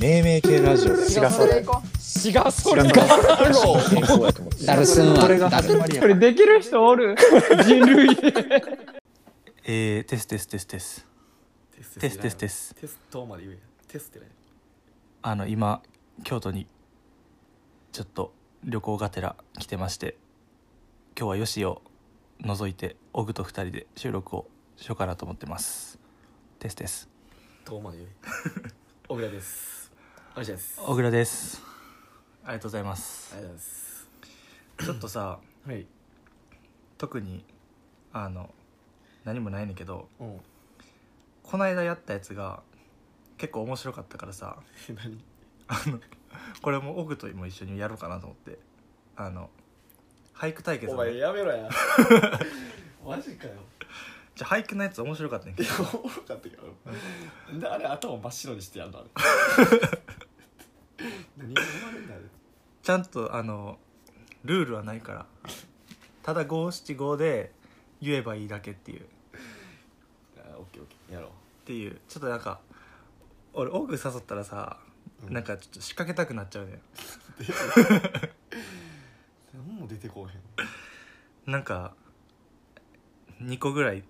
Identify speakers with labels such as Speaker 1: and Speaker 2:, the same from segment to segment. Speaker 1: 命名系ラジオだよ
Speaker 2: 違うそれ行こ
Speaker 3: 違うそれ
Speaker 1: 違う
Speaker 3: か
Speaker 1: 健康やと思って
Speaker 4: ダルスンは
Speaker 2: これが
Speaker 4: ダル
Speaker 3: これできる人おる人類
Speaker 5: えー、テステステステステステステス
Speaker 6: テストまで言えテスってね
Speaker 5: あの今京都にちょっと旅行がてら来てまして今日はヨシを除いてオグと二人で収録をしようかなと思ってますテステス
Speaker 6: トまで言え小倉ですお願いします
Speaker 5: 小倉ですありがとうございます
Speaker 6: ありがとうございます
Speaker 5: ちょっとさ
Speaker 6: はい
Speaker 5: 特にあの何もないねんけど
Speaker 6: うん
Speaker 5: この間やったやつが結構面白かったからさ
Speaker 6: え何
Speaker 5: あのこれもオグとも一緒にやろうかなと思ってあの俳句対決
Speaker 6: お
Speaker 5: の
Speaker 6: 前やめろやマジかよ
Speaker 5: じゃあ俳句のやつ面白かったんやけど
Speaker 6: おもろかったけどなんであれ頭真っ白にしてやるのあれ何が生まれんだあれ
Speaker 5: ちゃんとあのルールはないからただ五七五で言えばいいだけっていうっ
Speaker 6: あオッケーオッケーやろ
Speaker 5: ていうちょっとなんか俺オグ誘ったらさ、
Speaker 6: うん
Speaker 5: なんかちょっと仕掛けたくなっちゃうね
Speaker 6: う何も出てこうへん
Speaker 5: なんか2個ぐらい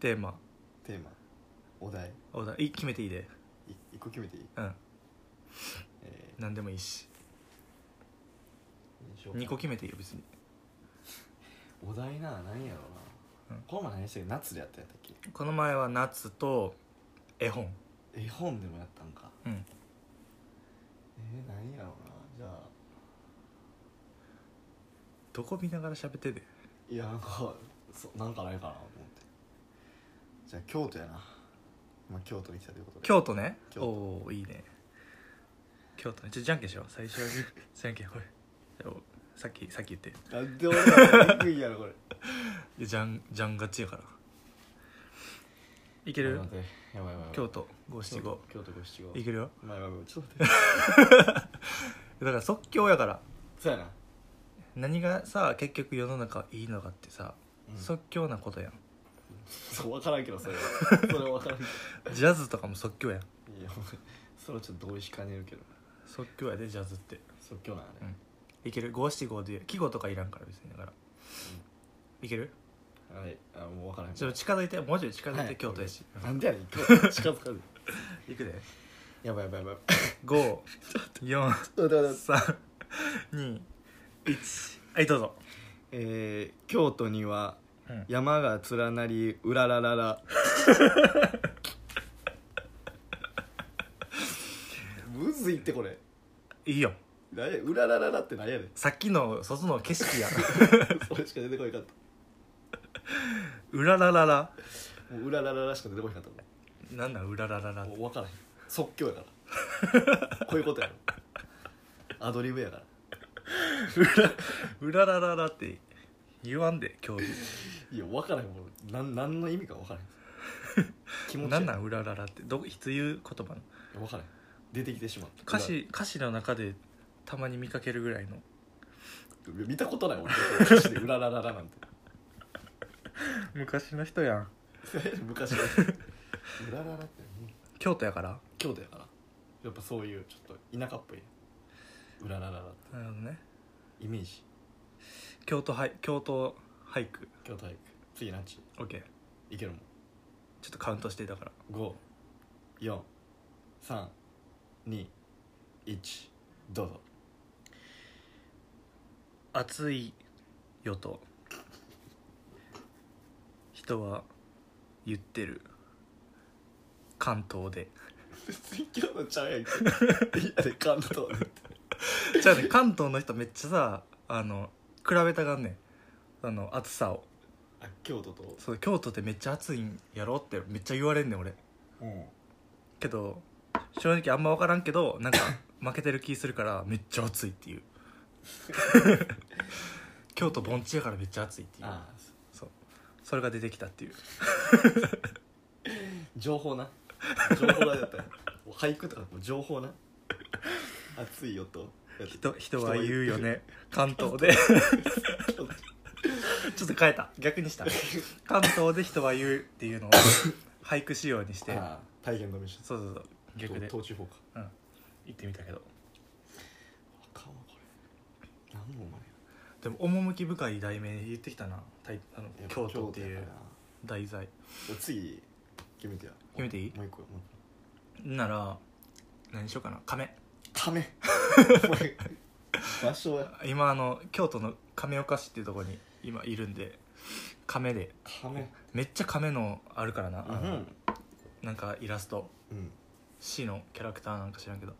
Speaker 5: テーマ
Speaker 6: テーマお題
Speaker 5: お題い決めていいで
Speaker 6: い一個決めていい
Speaker 5: うん
Speaker 6: え
Speaker 5: 何でもいいし
Speaker 6: ー
Speaker 5: 2個決めていいよ別に
Speaker 6: お題な何やろうな、
Speaker 5: うん
Speaker 6: この前何したっけ夏でやったやったっけ
Speaker 5: この前は夏と絵本
Speaker 6: 絵本でもやったんか
Speaker 5: うん
Speaker 6: えー、何やろうなじゃあ
Speaker 5: どこ見ながら喋ってて
Speaker 6: いやなんかそなんかないかなと思ってじゃあ京都やな、まあ、京都に来たということで
Speaker 5: 京都ね
Speaker 6: 京都
Speaker 5: おおいいね京都ねちょじゃんけんしよう最初はグーじゃんけんこれじゃあおさっきさっき言って
Speaker 6: なんで俺ら憎いやろこれ
Speaker 5: いやじゃんじゃん勝ちやからいけ
Speaker 6: や
Speaker 5: る
Speaker 6: ばいやばいやばい
Speaker 5: 京都五七五
Speaker 6: 京都五七五
Speaker 5: いけるよ
Speaker 6: まあやばいやばいちょっと待って
Speaker 5: だから即興やから
Speaker 6: そうやな、
Speaker 5: 何がさ結局世の中いいのかってさ、
Speaker 6: うん、そ
Speaker 5: 即興なことやん
Speaker 6: そう分からんけど それはそれは分からんけ
Speaker 5: ジャズとかも即興やん
Speaker 6: どいやお前それはちょっと同意しかねるけど
Speaker 5: 即興やでジャズって
Speaker 6: 即興なんやね、
Speaker 5: いける五七五で季語とかいらんから別にだから、いける
Speaker 6: はいあもう分からん
Speaker 5: ちょっと近づいてもうちょい近づいて、
Speaker 6: はい
Speaker 5: 京都やし、
Speaker 6: なんでやねん京都近 づかず
Speaker 5: いくで
Speaker 6: やばいやばいやばい
Speaker 5: 五四
Speaker 6: ちょっと待って待って
Speaker 5: 三二一はいどうぞ
Speaker 6: えー、京都には
Speaker 5: うん
Speaker 6: 山が連なりうらららら むずいってこれ
Speaker 5: いいよ
Speaker 6: 何やうららららって何やねん
Speaker 5: さっきの外の景色や
Speaker 6: それしか出てこいかっ
Speaker 5: うらららら
Speaker 6: たもううららららしか出てこいかったも
Speaker 5: なんなんうらららら
Speaker 6: う分からへん即興やからこういうことやろアドリブやから
Speaker 5: うららららって言わんで今日
Speaker 6: いや分からへんもうなん何の意味か分からへん気持ち
Speaker 5: なんなんうらららってどいつ言う言葉の
Speaker 6: 分からへん出てきてしまった
Speaker 5: 歌詞歌詞の中でたまに見かけるぐらいの
Speaker 6: 見たことない俺歌詞でうららららなんて
Speaker 5: 昔の人やん
Speaker 6: 昔はうらららってね
Speaker 5: 京都やから
Speaker 6: 京都やからやっぱそういうちょっと田舎っぽいうららららっ
Speaker 5: なるほどね
Speaker 6: てイメージ
Speaker 5: 京都俳京都俳句
Speaker 6: 京都俳句次何ち
Speaker 5: OK ちょ
Speaker 6: いけるも
Speaker 5: っとカウントしてだから
Speaker 6: ん54321どうぞ
Speaker 5: 暑いよと人は言ってる関東で
Speaker 6: 京都ちゃうやんけいやで関東
Speaker 5: じゃあね関東の人めっちゃさあの比べたがんねんあの暑さを
Speaker 6: あ京都と
Speaker 5: そう京都ってめっちゃ暑いんやろってめっちゃ言われんねん俺
Speaker 6: うん
Speaker 5: けど正直あんま分からんけどなんか 負けてる気するからめっちゃ暑いって いう 京都盆地やからめっちゃ暑いっていう
Speaker 6: ああ
Speaker 5: そうそれが出てきたっていう
Speaker 6: 情報な情報だったよもう俳句とかもう情報な熱いよとやつ
Speaker 5: 人人は言うよね関東で ちょっと変えた逆にした 関東で人は言うっていうのを俳句仕様にして
Speaker 6: ああ体験のミッション
Speaker 5: そうそうそう逆で
Speaker 6: 東東地方か
Speaker 5: 行ってみたけど
Speaker 6: あかんわこれ何も
Speaker 5: でも趣深い題名言ってきたなタイあの
Speaker 6: 生まれ
Speaker 5: 京都っていう
Speaker 6: やから
Speaker 5: 題材
Speaker 6: な次 決めてや
Speaker 5: 決めていい
Speaker 6: もう一個もう一個
Speaker 5: なら何しようかな亀
Speaker 6: ため場所や
Speaker 5: 今あの京都の亀岡市っていうところに今いるんで亀で
Speaker 6: ため
Speaker 5: めっちゃ亀のあるからな、
Speaker 6: う
Speaker 5: あの
Speaker 6: ん
Speaker 5: なんかイラスト
Speaker 6: うん
Speaker 5: 市のキャラクターなんか知らんけど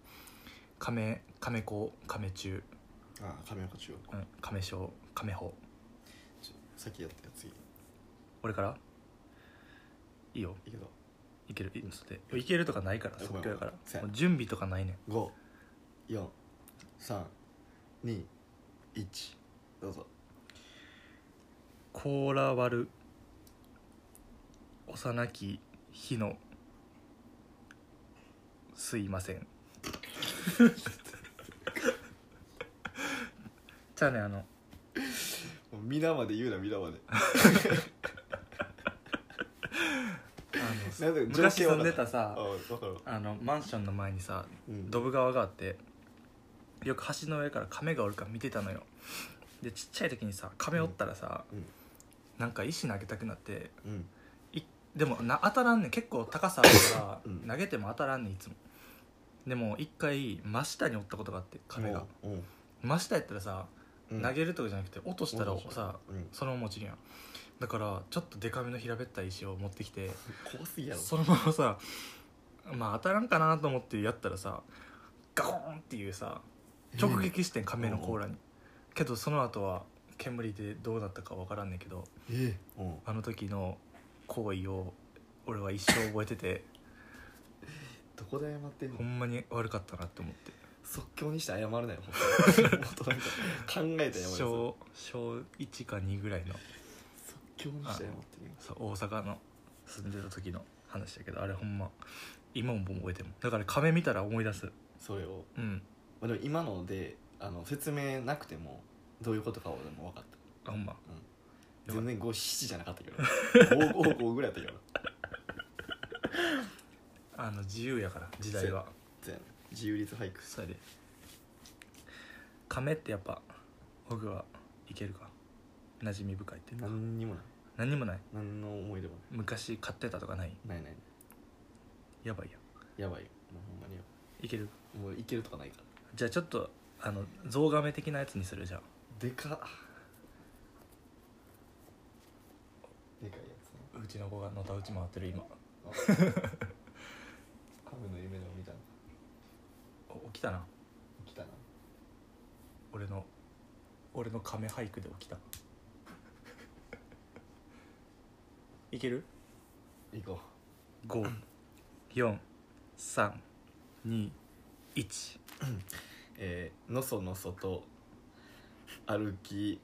Speaker 5: 亀亀子亀中、
Speaker 6: ああ亀岡中央
Speaker 5: うん、亀小亀宝
Speaker 6: ちょさっきやったやついい
Speaker 5: 俺からいいよ
Speaker 6: いいけど
Speaker 5: いけるいいそれでいけるとかないから
Speaker 6: ご
Speaker 5: 即
Speaker 6: めん
Speaker 5: 興やから
Speaker 6: せや
Speaker 5: もう準備とかないねん
Speaker 6: 五、四、三、二、一、どうぞ。
Speaker 5: 甲羅割る幼き日のすいませんじゃあねあの
Speaker 6: もう皆まで言うな皆 まで。
Speaker 5: あ
Speaker 6: な
Speaker 5: の
Speaker 6: んで
Speaker 5: 昔住んでた
Speaker 6: あ、
Speaker 5: さ
Speaker 6: わかるわ。
Speaker 5: あのマンションの前にさ
Speaker 6: うん
Speaker 5: ドブ川があってよく橋の上から亀がおるから見てたのよでちっちゃい時にさ亀おったらさ、
Speaker 6: うんうん
Speaker 5: なんか石投げたくなって
Speaker 6: うん。
Speaker 5: いでもな当たらんねん結構高さあるか
Speaker 6: うん
Speaker 5: ら投げても当たらんねんいつもでも一回真下におったことがあって亀が
Speaker 6: うん。
Speaker 5: 真下やったらさ、
Speaker 6: うん
Speaker 5: 投げるとかじゃなくて落としたらさ
Speaker 6: うん。
Speaker 5: そのまま落ちるやんだからちょっとデカめの平べったい石を持ってきて
Speaker 6: 怖すぎやろ。
Speaker 5: そのままさまあ当たらんかなと思ってやったらさガコーンっていうさ直撃してん亀の甲羅に、けどその後は煙でどうなったかわからんねんけど
Speaker 6: ええ。うん。
Speaker 5: あの時の行為を俺は一生覚えてて
Speaker 6: どこで謝ってん
Speaker 5: ほ
Speaker 6: の？
Speaker 5: んまに悪かったなって思って
Speaker 6: 即興にして謝る なよ。ほんともっとなんか考えて謝る。即
Speaker 5: 小小1か2ぐらいの
Speaker 6: 興にして謝ってみよ
Speaker 5: そう大阪の住んでた時の話だけどあれほんま今も覚えてるもんだから亀見たら思い出す
Speaker 6: それを。
Speaker 5: うん
Speaker 6: まあでも今のであの説明なくてもどういうことかはでも分かった。
Speaker 5: あほんまよかった
Speaker 6: 全然五七じゃなかったけど。 五五五ぐらいだったけど。
Speaker 5: あの自由やから時代は
Speaker 6: 全自由律俳句。
Speaker 5: それで亀ってやっぱ僕はいけるか馴染み深いっていうか
Speaker 6: 何にもない
Speaker 5: 何にもない
Speaker 6: 何の思い出も
Speaker 5: 昔買ってたとかない
Speaker 6: ないないない
Speaker 5: やばいや
Speaker 6: やばいよもうほんまにやば
Speaker 5: いける
Speaker 6: いもういけるとかないから
Speaker 5: じゃあちょっとあのゾウガメ的なやつにするじゃん
Speaker 6: でかっでかいやつね
Speaker 5: うちの子がのたうち回ってる今
Speaker 6: あ亀の夢でも見たな
Speaker 5: お起きたな
Speaker 6: 来たな
Speaker 5: 俺の俺の亀俳句で起きた いける
Speaker 6: 行こ
Speaker 5: 5 4 3 2 1
Speaker 6: うえー、のそのそと歩き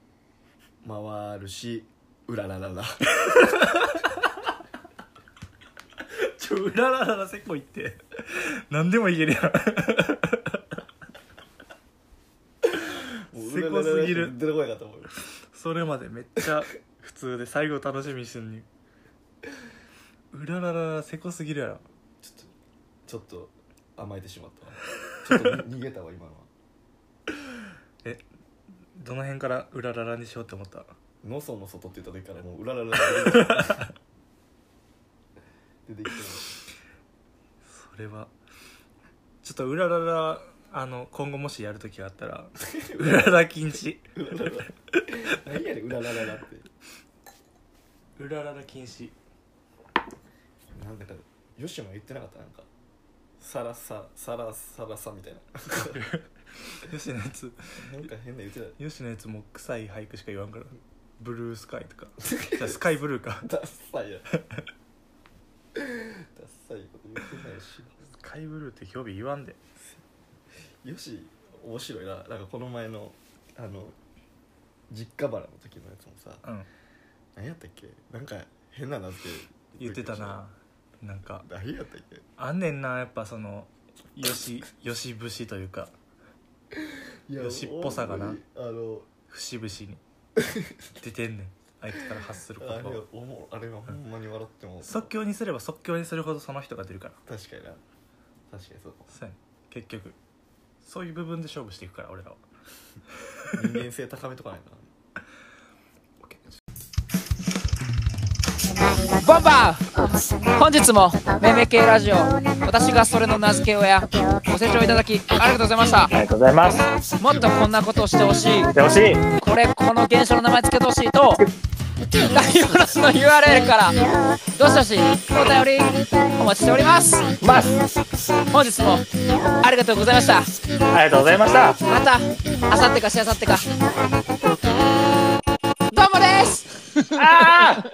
Speaker 6: 回るしうらら ら ら
Speaker 5: ちょ、うららららせこいって。何でも言えるやん。
Speaker 6: もう
Speaker 5: せこ
Speaker 6: うらららら
Speaker 5: すぎる
Speaker 6: 出てこなかったもん
Speaker 5: それまでめっちゃ普通で最後楽しみにしてんのに。うららららせこすぎるやろ。
Speaker 6: ちょっとちょっと甘えてしまったわちょっとに逃げたわ今のは
Speaker 5: どの辺からうらららにしようって思った
Speaker 6: のその外って言った時からもううらららら 出てきてます
Speaker 5: それは。ちょっとうららら、あの、今後もしやる時があった ら、うららら禁止。
Speaker 6: うららら何やねんうららららって
Speaker 5: うららら禁止。
Speaker 6: なんだかよしも言ってなかったなんかサラササラサラサみたいな
Speaker 5: よしのやつ、
Speaker 6: なんか変な言って
Speaker 5: よしのやつも臭い俳句しか言わんから。ブルースカイとか。じゃあスカイブルーか。
Speaker 6: たダッサいや ダッサいこと言ってないし
Speaker 5: スカイブルーって表日言わんで。
Speaker 6: よし面白いななんかこの前のあの実家バラの時のやつもさ
Speaker 5: うん。
Speaker 6: 何やったっけなんか変な名付け
Speaker 5: 言ってたななんか
Speaker 6: 何やったっけ
Speaker 5: あんねんなやっぱそのよしよし節というか
Speaker 6: いや
Speaker 5: よしっぽさがな
Speaker 6: ほんまにあの
Speaker 5: 節々 に出てんねんあいつから発する言
Speaker 6: あ
Speaker 5: 葉
Speaker 6: れ
Speaker 5: を
Speaker 6: おもあれはほんまに笑っても
Speaker 5: 即興にすれば即興にするほどその人が出るから
Speaker 6: 確かにな確かにそう
Speaker 5: そうやねん結局そういう部分で勝負していくから俺らは
Speaker 6: 人間性高めとかないかな
Speaker 2: バンバー本日もめめ系ラジオ私がそれの名付け親ご清聴いただきありがとうございました
Speaker 4: ありがとうございます。
Speaker 2: もっとこんなことをしてほしい
Speaker 4: 見てほしい。
Speaker 2: これこの現象の名前つけてほしいと概要欄の URL からどしどしお便りお待ちしております
Speaker 4: ます。
Speaker 2: 本日もありがとうございました
Speaker 4: ありがとうございました。
Speaker 2: またあさってかしあさってかどうもです
Speaker 4: ああ。